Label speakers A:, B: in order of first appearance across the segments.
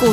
A: 股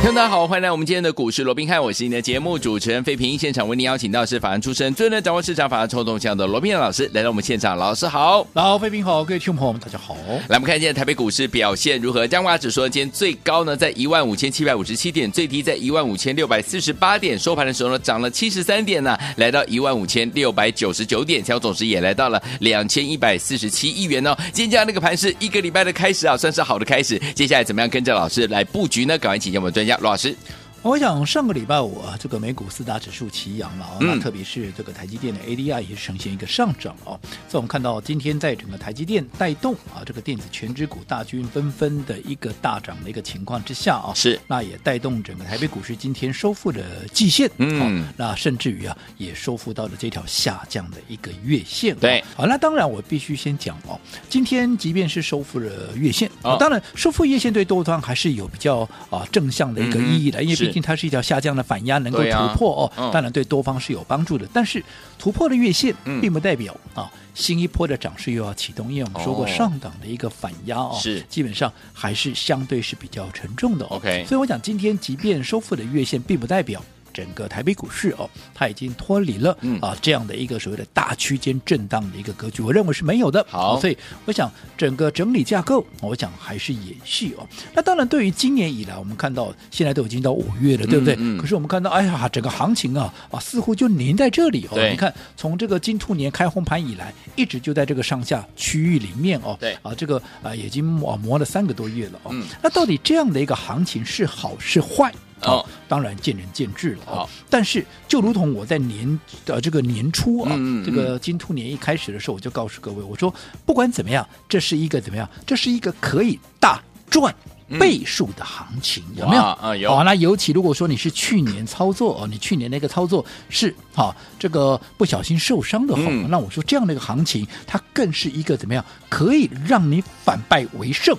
B: 听众大家好，欢迎来我们今天的股市罗宾汉，我是你的节目主持人费平。现场为您邀请到是法案出身、最能掌握市场法案臭动向的罗宾汉老师来到我们现场，老师好。
C: 老飞兵好，各位听众朋友们，大家好。
B: 来，我们看一下台北股市表现如何？加挂指数呢今天最高呢在15,757点，最低在15,648点，收盘的时候呢涨了73点呢、来到15,699点，成交总值也来到了2,147亿元哦。今天这样的一个盘是一个礼拜的开始啊，算是好的开始。接下来怎么样跟着老师来布局呢？赶快请教我们专家罗老师。
C: 哦我想上个礼拜五啊，这个美股四大指数齐扬了哦，
B: 嗯
C: 那特别是这个台积电的 ADI 也是呈现一个上涨哦。所以我们看到今天在整个台积电带动啊，这个电子全指股大军纷纷的一个大涨的一个情况之下啊，
B: 是
C: 那也带动整个台北股市今天收复了季线，
B: 嗯
C: 哦那甚至于啊也收复到了这条下降的一个月线、哦。
B: 对
C: 好，那当然我必须先讲哦，今天即便是收复了月线，
B: 哦
C: 啊，当然收复月线对多方还是有比较啊正向的一个意义的，
B: 嗯哼
C: 因为
B: 是
C: 毕竟它是一条下降的反压，能够
B: 对啊
C: 突破、
B: 嗯
C: 哦，当然对多方是有帮助的。但是突破了月线
B: 嗯，
C: 并不代表啊新一波的涨势又要启动，因为我们说过
B: 哦
C: 上档的一个反压哦，
B: 是
C: 基本上还是相对是比较沉重的哦。
B: OK
C: 所以我讲今天即便收复了月线，并不代表。整个台北股市哦，它已经脱离了、
B: 嗯
C: 啊这样的一个所谓的大区间震荡的一个格局，我认为是没有的。
B: 好
C: 所以我想整个整理架构，我想还是延续哦。那当然，对于今年以来，我们看到现在都已经到五月了，对不对？
B: 嗯嗯
C: 可是我们看到，哎呀，整个行情啊啊，似乎就粘在这里哦。
B: 对
C: 你看，从这个金兔年开红盘以来，一直就在这个上下区域里面哦。
B: 对
C: 啊，这个啊已经磨磨了三个多月了哦。
B: 嗯
C: 那到底这样的一个行情是好是坏？啊
B: 哦
C: 当然见仁见智了、哦
B: 好。
C: 但是就如同我在年呃这个年初啊，
B: 嗯嗯嗯
C: 这个金兔年一开始的时候，我就告诉各位，我说不管怎么样，这是一个怎么样，这是一个可以大赚。倍数的行情有没有？
B: 嗯哇啊有
C: 好、那尤其如果说你是去年操作哦，你去年那个操作是好、这个不小心受伤的话，
B: 嗯
C: 那我说这样的一个行情，它更是一个怎么样，可以让你反败为胜。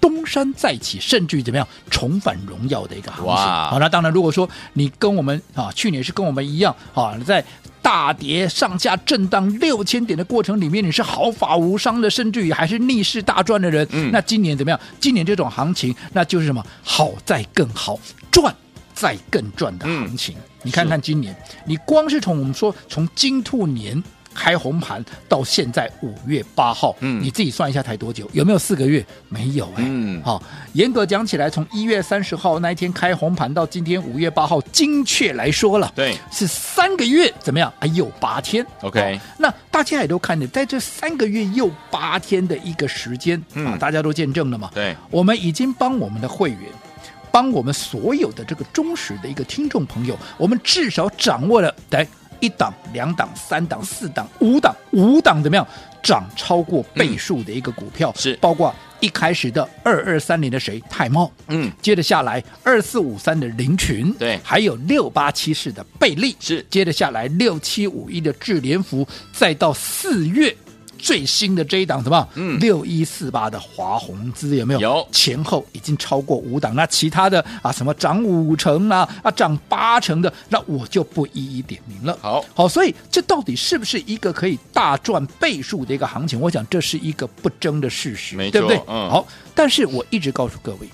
C: 东山再起，甚至于怎么样重返荣耀的一个行情。
B: 哇
C: 好，那当然，如果说你跟我们啊，去年是跟我们一样啊，在大跌上下震荡六千点的过程里面，你是毫发无伤的，甚至于还是逆势大赚的人。
B: 嗯
C: 那今年怎么样？今年这种行情，那就是什么好再更好赚。再更赚的
B: 嗯
C: 行情，你看看今年，你光是从我们说从金兔年开红盘到现在五月八号，
B: 嗯
C: 你自己算一下才多久？有没有四个月？没有哎、
B: 嗯
C: 好、严格讲起来，从一月三十号那一天开红盘到今天五月八号，精确来说了，
B: 对
C: 是三个月，怎么样？还有八天。
B: OK
C: 好那大家也都看见，在这三个月又八天的一个时间，
B: 嗯
C: 啊，大家都见证了嘛。
B: 对，
C: 我们已经帮我们的会员。帮我们所有的这个忠实的一个听众朋友，我们至少掌握了来一档、两档、三档、四档、五档、五档怎么样涨超过倍数的一个股票，
B: 是
C: 包括一开始的二二三零的谁泰茂，
B: 嗯，
C: 接着下来二四五三的林群，
B: 对
C: 还有六八七四的贝利，
B: 是
C: 接着下来六七五一的智联福，再到四月。最新的这一档什么？
B: 嗯
C: 六一四八的华宏资有没有？
B: 有
C: 前后已经超过五档。那其他的啊，什么涨五成啦、啊，涨八成的，那我就不一一点名了。
B: 好
C: 好，所以这到底是不是一个可以大赚倍数的一个行情？我想这是一个不争的事实，
B: 没错
C: 对不对？
B: 嗯
C: 好，但是我一直告诉各位，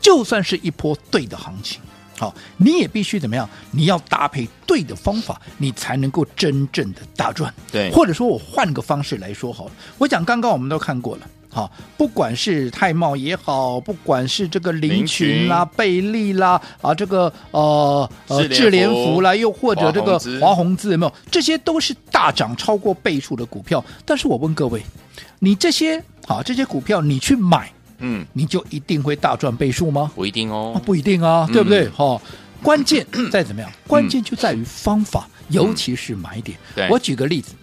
C: 就算是一波对的行情，好，你也必须怎么样？你要搭配对的方法，你才能够真正的大赚。
B: 对
C: 或者说我换个方式来说好了，我讲刚刚我们都看过了。好，不管是泰茂也好，不管是这个林群啦、贝利啦，啊，这个呃呃
B: 智
C: 智
B: 联
C: 联
B: 福
C: 福啦，又或者这
B: 华宏
C: 个
B: 资
C: 华宏资有没有？这些都是大涨超过倍数的股票。但是我问各位，你这些好这些股票你去买，
B: 嗯，
C: 你就一定会大赚倍数吗？
B: 不一定
C: 啊
B: 哦，
C: 不一定啊，
B: 嗯
C: 对不对？哈、关键 在怎么样？关键就在于方法，尤其是买点。
B: 嗯对
C: 我举个例子。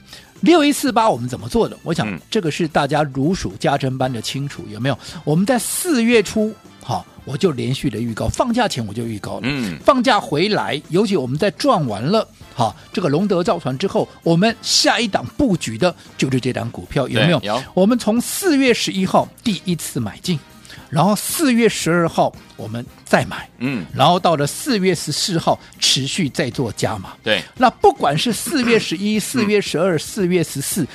C: 六一四八我们怎么做的？我想
B: 嗯
C: 这个是大家如数家珍般的清楚，有没有？我们在四月初，好、我就连续的预告，放假前我就预告了，
B: 嗯
C: 放假回来，尤其我们在赚完了好，这个龙德造船之后，我们下一档布局的就是这档股票，有没有？
B: 对有
C: 我们从四月十一号第一次买进，然后四月十二号我们再买，
B: 嗯，
C: 然后到了四月十四号持续再做加码。
B: 对，
C: 那不管是四月十 一、四月十二、四月十四，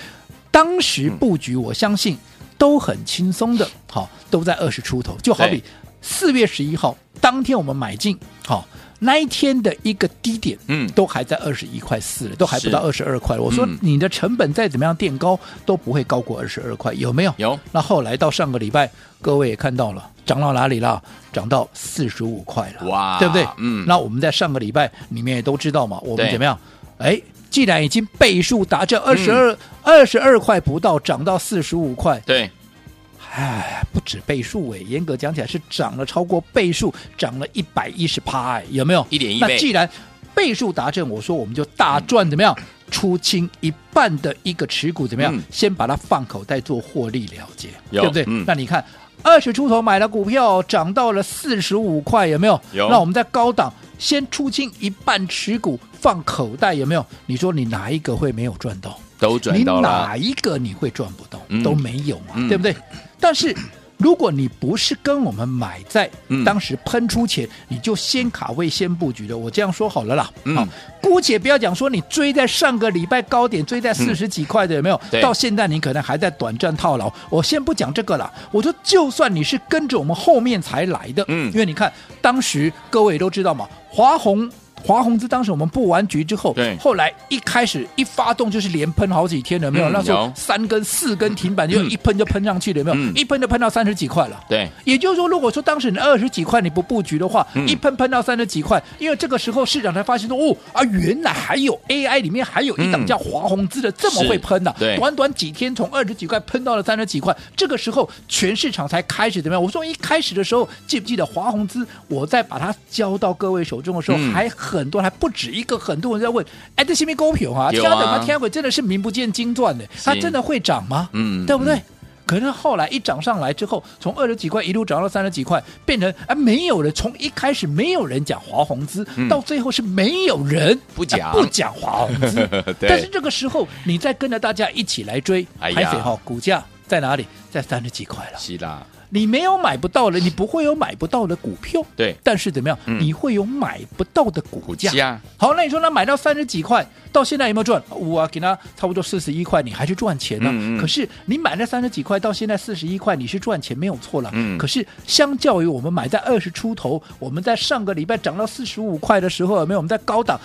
C: 当时布局，我相信都很轻松的，好，都在二十出头。就好比
B: 对
C: 四月十一号当天我们买进，好。那一天的一个低点，
B: 嗯
C: 都还在二十一块四了，都还不到二十二块了。我说
B: 嗯
C: 你的成本再怎么样垫高，都不会高过二十二块，有没有？
B: 有。
C: 那后来到上个礼拜，各位也看到了，涨到哪里了？涨到四十五块了，
B: 哇
C: 对不对？
B: 嗯
C: 那我们在上个礼拜里面也都知道嘛，我们
B: 对嗯
C: 怎么样？哎，既然已经倍数达这二十二二十二块不到，涨到四十五块，
B: 对，
C: 哎，不止倍数哎，严格讲起来是涨了超过倍数，涨了一百一十趴哎，有没有？
B: 1.1倍
C: 那既然倍数达阵，我说我们就大赚怎么样？出清一半的一个持股怎么样？
B: 嗯
C: 先把它放口袋做获利了结，
B: 有
C: 对不对？
B: 嗯
C: 那你看。二十出头买了股票，涨到了四十五块，有没有？
B: 有
C: 那我们在高档先出清一半持股放口袋，有没有？你说你哪一个会没有赚到？
B: 都赚到了，
C: 你哪一个你会赚不到？
B: 嗯
C: 都没有嘛，
B: 嗯
C: 对不对？但是如果你不是跟我们买在
B: 嗯
C: 当时喷出前，你就先卡位先布局的，我这样说好了啦。
B: 嗯
C: 好，姑且不要讲说你追在上个礼拜高点，追在四十几块的有没有
B: 嗯对？
C: 到现在你可能还在短暂套牢。我先不讲这个啦，我说就算你是跟着我们后面才来的，
B: 嗯
C: 因为你看当时各位都知道嘛，华虹。华虹资当时我们布完局之后，
B: 对
C: 后来一开始一发动就是连喷好几天了，有没有？
B: 嗯
C: 那时候
B: 有
C: 三根四根停板就一喷就喷上去了，有没有？
B: 嗯
C: 一喷就喷到三十几块了。
B: 对，
C: 也就是说，如果说当时你二十几块你不布局的话，
B: 嗯
C: 一喷喷到三十几块，因为这个时候市场才发现说，哦啊，原来还有 AI 里面还有一档叫华虹资的这么
B: 是
C: 会喷的、
B: 嗯对
C: 短短几天从二十几块喷到了三十几块，这个时候全市场才开始怎么样？我说一开始的时候，记不记得华虹资？我在把它交到各位手中的时候，
B: 嗯
C: 还很多，还不止一个，很多人在问，哎，这是不是股票啊？
B: 有
C: 天
B: 啊
C: 啊，怎么天鬼真的是名不见经传的？它真的会涨吗？
B: 嗯
C: 对不对？可是后来一涨上来之后，从二十几块一路涨到三十几块，变成啊没有人，从一开始没有人讲华虹资，
B: 嗯
C: 到最后是没有人
B: 不讲。
C: 啊不讲华虹资
B: 对
C: 但是这个时候你再跟着大家一起来追，
B: 哎呀
C: 海水哈、股价在哪里？在三十几块了。
B: 希腊，
C: 你没有买不到的，你不会有买不到的股票。
B: 对
C: 但是怎么样？
B: 嗯
C: 你会有买不到的股
B: 股
C: 价。
B: 价
C: 好，那你说那买到三十几块，到现在有没有赚？我啊，给他差不多四十一块，你还是赚钱呢、
B: 嗯嗯
C: 可是你买那三十几块，到现在四十一块，你是赚钱没有错了。
B: 嗯
C: 可是相较于我们买在二十出头，我们在上个礼拜涨到四十五块的时候，有没有？我们在高档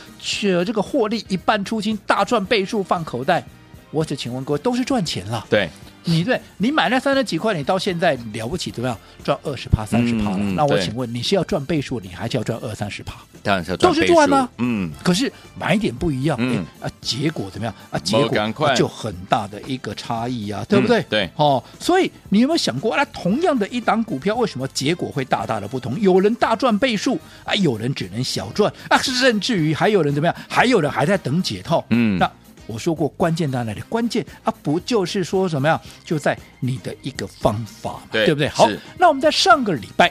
C: 呃这个获利一半出清，大赚倍数放口袋。我只请问各位，都是赚钱了。
B: 对，
C: 你对你买那三十几块，你到现在了不起怎么样？赚二十趴、三十趴了。
B: 嗯嗯
C: 那我
B: 对
C: 请问，你是要赚倍数，你还是要赚二三十趴？
B: 当然是要
C: 都
B: 赚
C: 是
B: 倍数
C: 赚啊
B: 嗯，
C: 可是买点不一样，
B: 嗯
C: 哎啊，结果怎么样啊？结
B: 没
C: 果
B: 赶快嗯
C: 就很大的一个差异啊，对不对？
B: 对
C: 哦，所以你有没有想过，那同样的一档股票，为什么结果会大大的不同？有人大赚倍数啊，有人只能小赚啊，甚至于还有人怎么样？还有人还在等解套。
B: 嗯
C: 那。我说过，关键在哪里？关键啊，不就是说什么呀？就在你的一个方法嘛，
B: 对
C: 不对？好
B: 是，
C: 那我们在上个礼拜，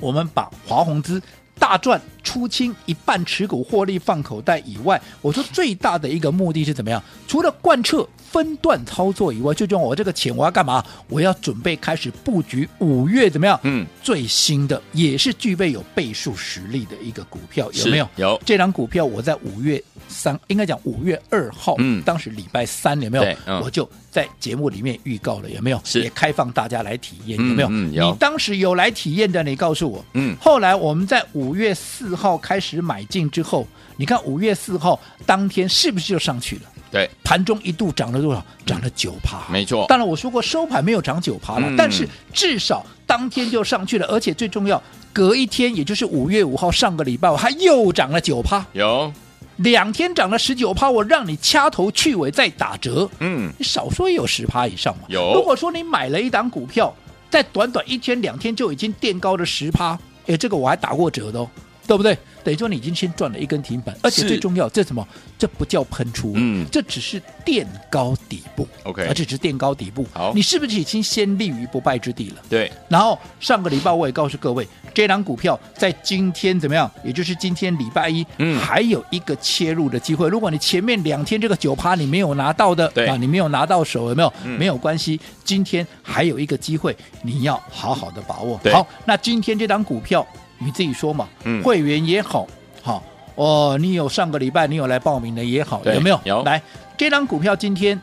C: 我们把华宏资大赚出清一半持股获利放口袋以外，我说最大的一个目的是怎么样？除了贯彻分段操作以外，最重要我这个钱我要干嘛？我要准备开始布局五月怎么样？
B: 嗯，
C: 最新的也是具备有倍数实力的一个股票，有
B: 是
C: 没有？
B: 有
C: 这张股票我在五月三，应该讲五月二号，
B: 嗯
C: 当时礼拜三有没有
B: 对？嗯
C: 我就在节目里面预告了，有没有？
B: 是
C: 也开放大家来体验，
B: 嗯
C: 有没有？
B: 嗯有
C: 你当时有来体验的，你告诉我。
B: 嗯
C: 后来我们在五月四号开始买进之后，你看五月四号当天是不是就上去了？
B: 对，
C: 盘中一度涨了多少？涨了九趴，
B: 没错
C: 当然我说过收盘没有涨九趴了，
B: 哦嗯
C: 但是至少当天就上去了，而且最重要，隔一天也就是五月五号上个礼拜，我还又涨了九趴，
B: 有，
C: 两天涨了十九趴，我让你掐头去尾再打折，
B: 嗯，
C: 你少说也有十趴以上嘛。
B: 有
C: 如果说你买了一档股票，在短短一天两天就已经垫高了十趴，哎，这个我还打过折的哦。对不对？等于说你已经先赚了一根停板，而且
B: 是
C: 最重要，这什么？这不叫喷出，
B: 嗯
C: 这只是垫高底部
B: OK
C: 而且只是垫高底部。
B: 好
C: 你是不是已经先立于不败之地了？
B: 对，
C: 然后上个礼拜我也告诉各位，这档股票在今天怎么样？也就是今天礼拜一，
B: 嗯
C: 还有一个切入的机会。如果你前面两天这个九趴你没有拿到的，
B: 对
C: 啊，你没有拿到手，有没有？
B: 嗯
C: 没有关系，今天还有一个机会，你要好好的把握
B: 对。
C: 好，那今天这档股票你自己说嘛，
B: 嗯
C: 会员也好，好哦，你有上个礼拜你有来报名的也好，
B: 对
C: 有没有？
B: 有
C: 来，这档股票今天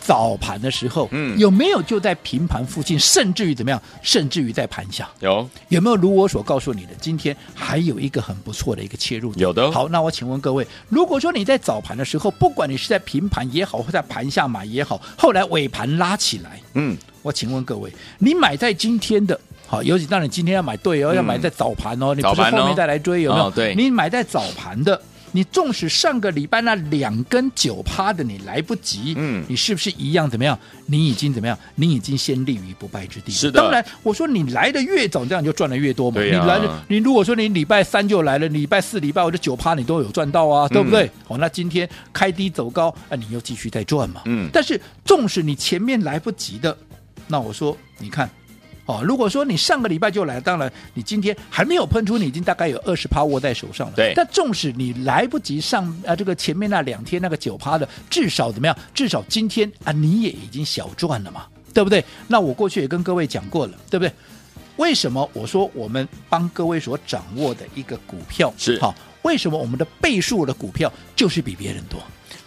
C: 早盘的时候，
B: 嗯
C: 有没有就在平盘附近，甚至于怎么样，甚至于在盘下，
B: 有
C: 有没有如我所告诉你的，今天还有一个很不错的一个切入点？
B: 有的
C: 好，那我请问各位，如果说你在早盘的时候，不管你是在平盘也好，或在盘下买也好，后来尾盘拉起来，
B: 嗯，
C: 我请问各位，你买在今天的，好，尤其当你今天要买对哦，
B: 嗯
C: 要买在早盘哦，你不
B: 早
C: 是
B: 盘哦
C: 后面再来追有没有？
B: 哦对
C: 你买在早盘的。你纵使上个礼拜那两根九趴的你来不及，
B: 嗯
C: 你是不是一样怎么样？你已经怎么样？你已经先立于不败之地了。
B: 是的
C: 当然我说你来的越早，这样你就赚的越多嘛。
B: 对
C: 你
B: 呀
C: 来的，你如果说你礼拜三就来了，礼拜四、礼拜五的九趴你都有赚到啊，
B: 嗯
C: 对不对？好、那今天开低走高，啊，你又继续再赚嘛。
B: 嗯
C: 但是纵使你前面来不及的，那我说你看。哦，如果说你上个礼拜就来，当然你今天还没有喷出，你已经大概有二十趴握在手上了。
B: 对
C: 但纵使你来不及上啊，这个前面那两天那个九趴的，至少怎么样？至少今天啊，你也已经小赚了嘛，对不对？那我过去也跟各位讲过了，对不对？为什么我说我们帮各位所掌握的一个股票
B: 是
C: 好？为什么我们的倍数的股票就是比别人多？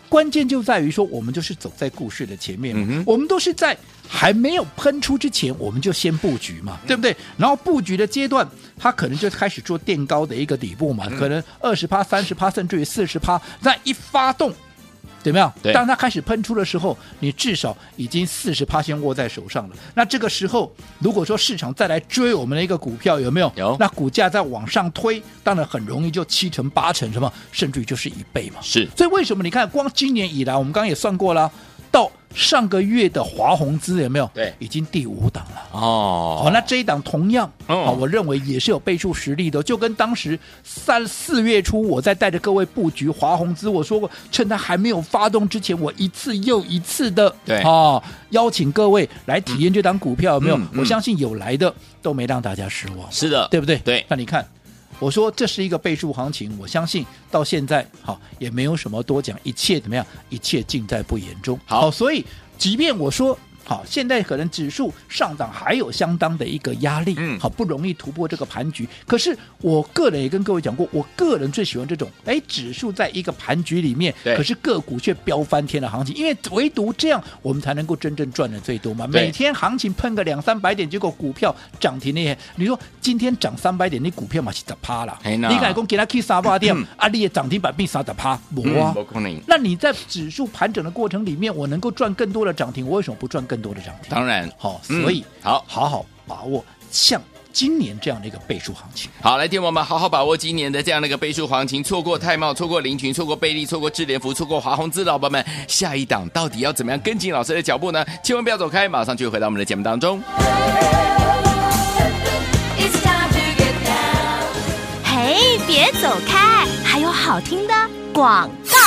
C: 关键就在于说，我们就是走在故事的前面嘛，
B: 嗯哼
C: 我们都是在还没有喷出之前，我们就先布局嘛，对不对？然后布局的阶段，它可能就开始做垫高的一个底部嘛，
B: 嗯
C: 可能二十趴、三十趴，甚至于四十趴，那一发动。怎么样
B: 对？
C: 当它开始喷出的时候，你至少已经四十趴先握在手上了。那这个时候，如果说市场再来追我们的一个股票，有没有？
B: 有
C: 那股价再往上推，当然很容易就七成、八成，什么，甚至于就是一倍嘛。
B: 是
C: 所以为什么你看，光今年以来，我们刚刚也算过了，到上个月的华宏资有没有？
B: 对
C: 已经第五档了。
B: 哦
C: 好、那这一档同样，
B: 嗯
C: 好、我认为也是有倍数实力的，就跟当时三四月初我在带着各位布局华宏资，我说过，趁它还没有发动之前，我一次又一次的，
B: 对
C: 哦，邀请各位来体验这档股票，有没有？
B: 嗯嗯
C: 我相信有来的都没让大家失望。
B: 是的，
C: 对不对？
B: 对
C: 那你看，我说这是一个倍数行情，我相信到现在好也没有什么多讲，一切怎么样？一切尽在不言中。
B: 好
C: 所以即便我说。好，现在可能指数上涨还有相当的一个压力，
B: 嗯
C: 好不容易突破这个盘局。可是我个人也跟各位讲过，我个人最喜欢这种，哎，指数在一个盘局里面，
B: 对
C: 可是个股却飙翻天的行情，因为唯独这样我们才能够真正赚的最多嘛。
B: 对
C: 每天行情碰个两三百点，结果股票涨停那些，你说今天涨三百点，你股票嘛是十趴啦。
B: 嘿呐
C: 你敢讲给它 K 三百点
B: 嗯，
C: 啊，你的涨停板变三十趴，
B: 嗯
C: 无啊。
B: 没可能
C: 那你在指数盘整的过程里面，我能够赚更多的涨停，我为什么不赚更多的涨停？
B: 当然
C: 好，
B: 嗯
C: 所以
B: 好
C: 好好把握像今年这样的一个倍数行情。
B: 好，来，天王们好好把握今年的这样的一个倍数行情，错过泰茂，错过林群，错过贝利，错过智联福，错过华宏资，老板们，下一档到底要怎么样跟紧老师的脚步呢？千万不要走开，马上就回到我们的节目当中。
D: It's time to get down.
A: 嘿，别走开，还有好听的广告。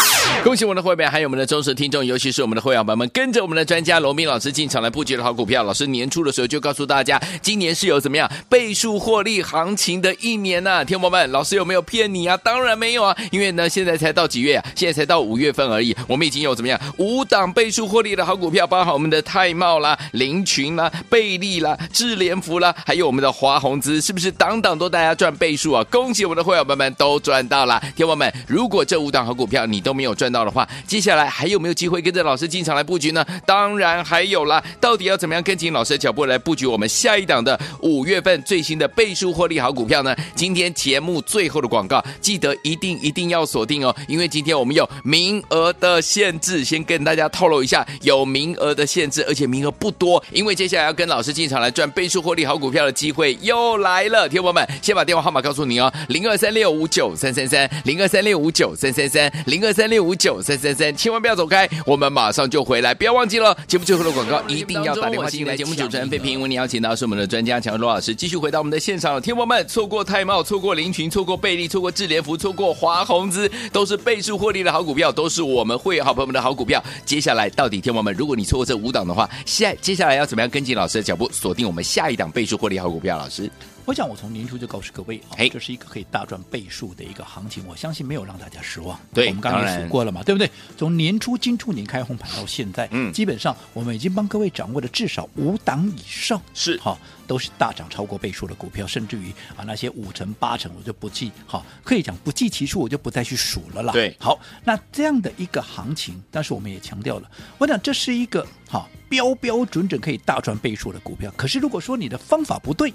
B: 恭喜我们的会员，还有我们的忠实听众，尤其是我们的会员朋友们，跟着我们的专家罗斌老师进场来布局的好股票。老师年初的时候就告诉大家，今年是有怎么样倍数获利行情的一年呐、天宝们，老师有没有骗你啊？当然没有啊，因为呢现在才到几月啊？现在才到五月份而已，我们已经有怎么样五档倍数获利的好股票，包含我们的泰茂啦、林群啦、贝利啦、智联福啦，还有我们的华宏资，是不是档档都大家赚倍数啊？恭喜我们的会员朋友们都赚到了，天宝们，如果这五档好股票你都没有赚到的话，接下来还有没有机会跟着老师进场来布局呢？当然还有啦，到底要怎么样跟紧老师的脚步来布局我们下一档的五月份最新的倍数获利好股票呢？今天节目最后的广告，记得一定一定要锁定哦，因为今天我们有名额的限制，先跟大家透露一下，有名额的限制，而且名额不多，因为接下来要跟老师进场来赚倍数获利好股票的机会又来了，听众朋友们，先把电话号码告诉你哦，零二三六五九三三三，零二三六五九三三三，零二三六五九。九三三三，千万不要走开，我们马上就回来，不要忘记了节目最后的广告一定要打电话进来。节目主持人费平为您邀请到是我们的专家乔罗老师，继续回到我们的现场。天王们错过泰茂，错过林群，错过贝利，错过智联福，错过华宏资，都是倍数获利的好股票，都是我们会员好朋友们的好股票。接下来到底天王们，如果你错过这五档的话，下接下来要怎么样跟进老师的脚步，锁定我们下一档倍数获利好股票？老师，
C: 我想我从年初就告诉各位，哦
B: 嘿
C: 这是一个可以大赚倍数的一个行情，我相信没有让大家失望。
B: 对
C: 我们刚
B: 当
C: 刚
B: 然
C: 也数过了嘛，对不对？从年初金兔年开红盘到现在，
B: 嗯
C: 基本上我们已经帮各位掌握了至少五档以上，
B: 是
C: 好、都是大涨超过倍数的股票，甚至于啊那些五成八成我就不计，好、可以讲不计其数，我就不再去数了啦。
B: 对
C: 好，那这样的一个行情，但是我们也强调了，我想这是一个哈、标标准准可以大赚倍数的股票。可是如果说你的方法不对，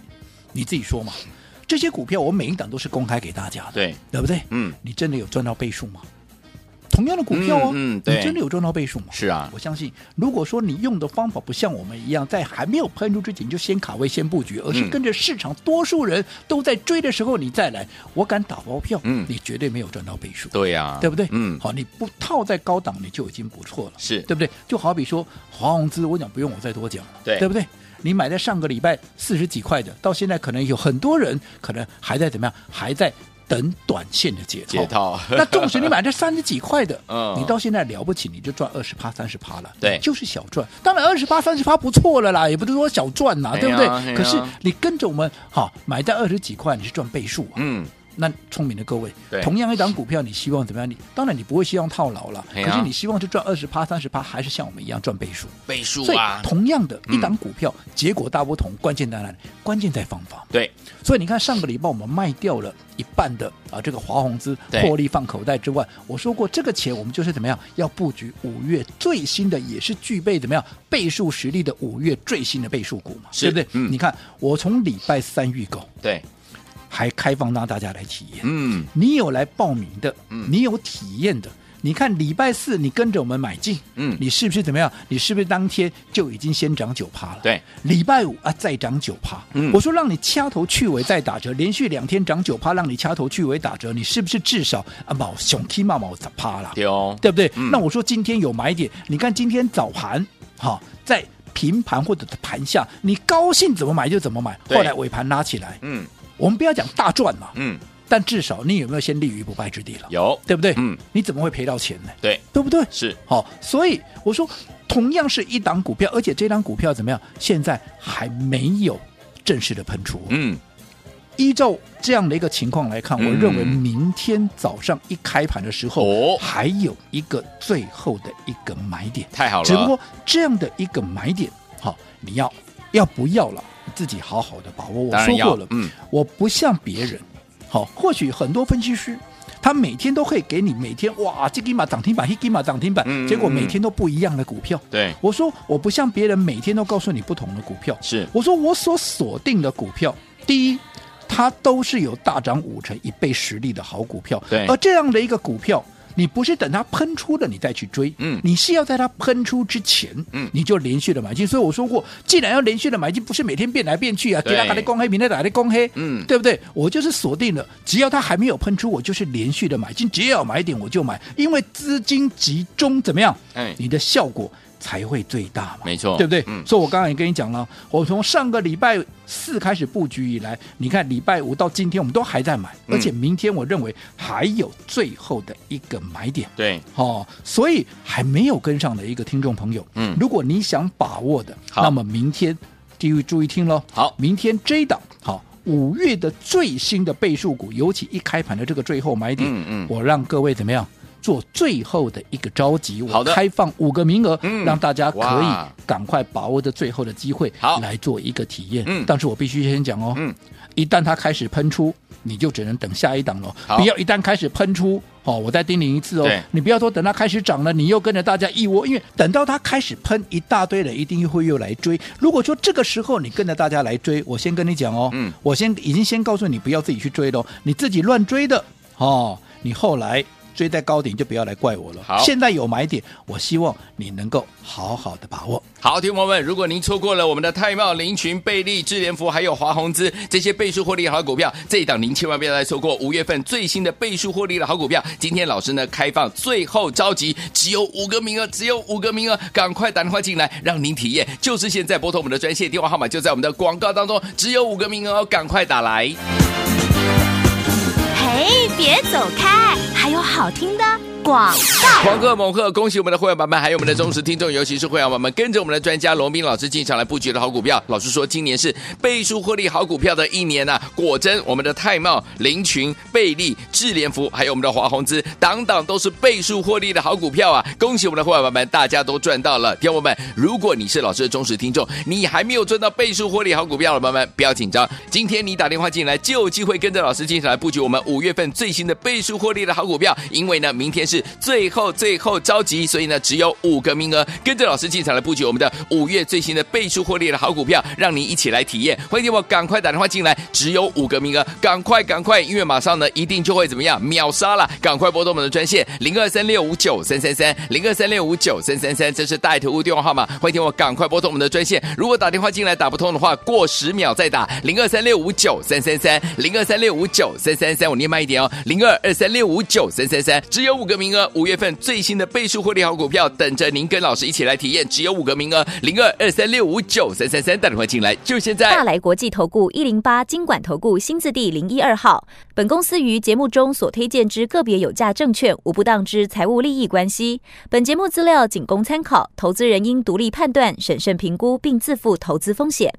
C: 你自己说嘛，这些股票我每一档都是公开给大家的，
B: 对
C: 对不对？
B: 嗯，
C: 你真的有赚到倍数吗？同样的股票哦，
B: 嗯嗯对
C: 你真的有赚到倍数吗？
B: 是啊
C: 我相信，如果说你用的方法不像我们一样，在还没有喷出之前就先卡位、先布局，而是
B: 嗯
C: 跟着市场多数人都在追的时候你再来，我敢打包票，
B: 嗯
C: 你绝对没有赚到倍数。
B: 对呀、
C: 对不对？
B: 嗯，
C: 好，你不套在高档，你就已经不错了，
B: 是
C: 对不对？就好比说华宏资，我讲不用我再多讲了，
B: 对
C: 对不对？你买在上个礼拜四十几块的，到现在可能有很多人可能还在怎么样，还在等短线的解套。
B: 解套
C: 那纵使你买这三十几块的，
B: 嗯
C: 你到现在了不起，你就赚二十趴、三十趴了，
B: 对
C: 就是小赚。当然二十趴、三十趴不错了啦，也不是说小赚呐、
B: 哎呀
C: 对不对？
B: 哎呀
C: 可是你跟着我们好买在二十几块，你是赚倍数啊，
B: 嗯，
C: 那聪明的各位
B: 对，
C: 同样一档股票，你希望怎么样？你当然你不会希望套牢了，
B: 哎呀
C: 可是你希望是赚二十趴、三十趴，还是像我们一样赚倍数？
B: 倍数
C: 所以
B: 啊，
C: 同样的一档股票，结果大不同，关键在哪里？关键在方法。
B: 对，
C: 所以你看，上个礼拜我们卖掉了一半的啊这个华宏资
B: 对
C: 获利放口袋之外，我说过这个钱我们就是怎么样要布局五月最新的，也是具备怎么样倍数实力的五月最新的倍数股嘛，
B: 是
C: 对不对？
B: 嗯
C: 你看我从礼拜三预告
B: 对，
C: 还开放让大家来体验，
B: 嗯，
C: 你有来报名的，
B: 嗯
C: 你有体验的。你看礼拜四你跟着我们买进，
B: 嗯
C: 你是不是怎么样？你是不是当天就已经先涨九趴了？
B: 对，
C: 礼拜五啊再涨九趴，
B: 嗯
C: 我说让你掐头去尾再打折，连续两天涨九趴，让你掐头去尾打折，你是不是至少啊毛熊 K 嘛毛十趴了？
B: 对哦，
C: 对不对？
B: 嗯
C: 那我说今天有买点，你看今天早盘哈、在平盘或者盘下，你高兴怎么买就怎么买，
B: 对
C: 后来尾盘拉起来，
B: 嗯
C: 我们不要讲大赚嘛，
B: 嗯，
C: 但至少你有没有先立于不败之地了？
B: 有，
C: 对不对？
B: 嗯，
C: 你怎么会赔到钱呢？
B: 对，
C: 对不对？
B: 是，
C: 好、所以我说，同样是一档股票，而且这档股票怎么样？现在还没有正式的喷出。
B: 嗯，
C: 依照这样的一个情况来看，我
B: 嗯
C: 认为明天早上一开盘的时候，
B: 哦
C: 还有一个最后的一个买点。
B: 太好了，
C: 只不过这样的一个买点，好、你要要不要了？你自己好好的把握。我
B: 当然
C: 说
B: 要
C: 过了，
B: 嗯，
C: 我不像别人，好、或许很多分析师。他每天都会给你每天哇，这给嘛涨停板，那给嘛涨停板
B: 嗯嗯，
C: 结果
B: 嗯
C: 每天都不一样的股票。
B: 对，
C: 我说我不像别人，每天都告诉你不同的股票。
B: 是
C: 我说我所锁定的股票，第一，它都是有大涨五成一倍实力的好股票。
B: 对
C: 而这样的一个股票，你不是等它喷出了你再去追，
B: 嗯
C: 你是要在它喷出之前，
B: 嗯
C: 你就连续的买进。所以我说过，既然要连续的买进，不是每天变来变去啊，
B: 对
C: 给它打的光黑，明天打的光黑，
B: 嗯
C: 对不对？我就是锁定了，只要它还没有喷出，我就是连续的买进，只要有买点我就买，因为资金集中怎么样？
B: 哎
C: 你的效果才会最大嘛。
B: 没错，
C: 对不对？
B: 嗯，
C: 所以我刚才也跟你讲了，我从上个礼拜四开始布局以来，你看礼拜五到今天，我们都还在买，
B: 嗯
C: 而且明天我认为还有最后的一个买点。
B: 对，
C: 哦，所以还没有跟上的一个听众朋友，
B: 嗯
C: 如果你想把握的，
B: 好
C: 那么明天注意注意听喽。
B: 好
C: 明天这一档好。五月的最新的倍数股，尤其一开盘的这个最后买点，
B: 嗯嗯
C: 我让各位怎么样做最后的一个召集？
B: 好
C: 我
B: 的
C: 开放五个名额，
B: 嗯
C: 让大家可
B: 哇
C: 以赶快把握这最后的机会，
B: 好
C: 来做一个体验。
B: 嗯
C: 但是我必须先讲哦，
B: 嗯
C: 一旦它开始喷出，你就只能等下一档了，
B: 好
C: 不要一旦开始喷出。哦，我再叮咛一次哦
B: 对，
C: 你不要说等它开始涨了，你又跟着大家一窝，因为等到它开始喷，一大堆人一定会又来追。如果说这个时候你跟着大家来追，我先跟你讲哦，
B: 嗯
C: 我先已经先告诉你不要自己去追喽，你自己乱追的哦，你后来追在高点就不要来怪我了。
B: 好
C: 现在有买点，我希望你能够好好的把握。
B: 好，听众朋友们，如果您错过了我们的泰茂、林群、贝利、智联福还有华宏资这些倍数获利的好股票，这一档您千万不要再错过。五月份最新的倍数获利的好股票，今天老师呢开放最后召集，只有五个名额，只有五个名额，赶快打电话进来，让您体验。就是现在拨通我们的专线电话号码，就在我们的广告当中，只有五个名额哦，赶快打来。
A: 嘿，别走开，还有好听的广告。
B: 狂贺猛贺！恭喜我们的会员宝宝们，还有我们的忠实听众，尤其是会员宝宝们，跟着我们的专家罗斌老师进场来布局的好股票。老师说，今年是倍数获利好股票的一年呐、果真，我们的泰茂、林群、贝利、智联福，还有我们的华宏资，档档都是倍数获利的好股票啊！恭喜我们的会员宝宝们，大家都赚到了。听众朋友们，如果你是老师的忠实听众，你还没有赚到倍数获利好股票的宝宝们，不要紧张，今天你打电话进来就有机会跟着老师进场来布局我们五月份最新的倍数获利的好股票，因为呢，明天是最后最后召集，所以呢，只有五个名额，跟着老师进场来布局我们的五月最新的倍数获利的好股票，让你一起来体验。欢迎听我赶快打电话进来，只有五个名额，赶快赶快，因为马上呢一定就会怎么样秒杀了，赶快拨动我们的专线零二三六五九三三三零二三六五九三三三，这是带头屋电话号码，欢迎听我赶快拨通我们的专线。如果打电话进来打不通的话，过十秒再打零二三六五九三三三零二三六五九三三三，我念慢一点哦，零二二三六五九三三三，只有五个名额，五月份最新的倍数获利好股票等着您跟老师一起来体验，只有五个名额，零二二三六五九三三三，打电话进来就现在
E: 大。来国际投顾一零八金管投顾新字第零一二号。本公司于节目中所推荐之个别有价证券，无不当之财务利益关系。本节目资料仅供参考，投资人应独立判断、审慎评估，并自负投资风险。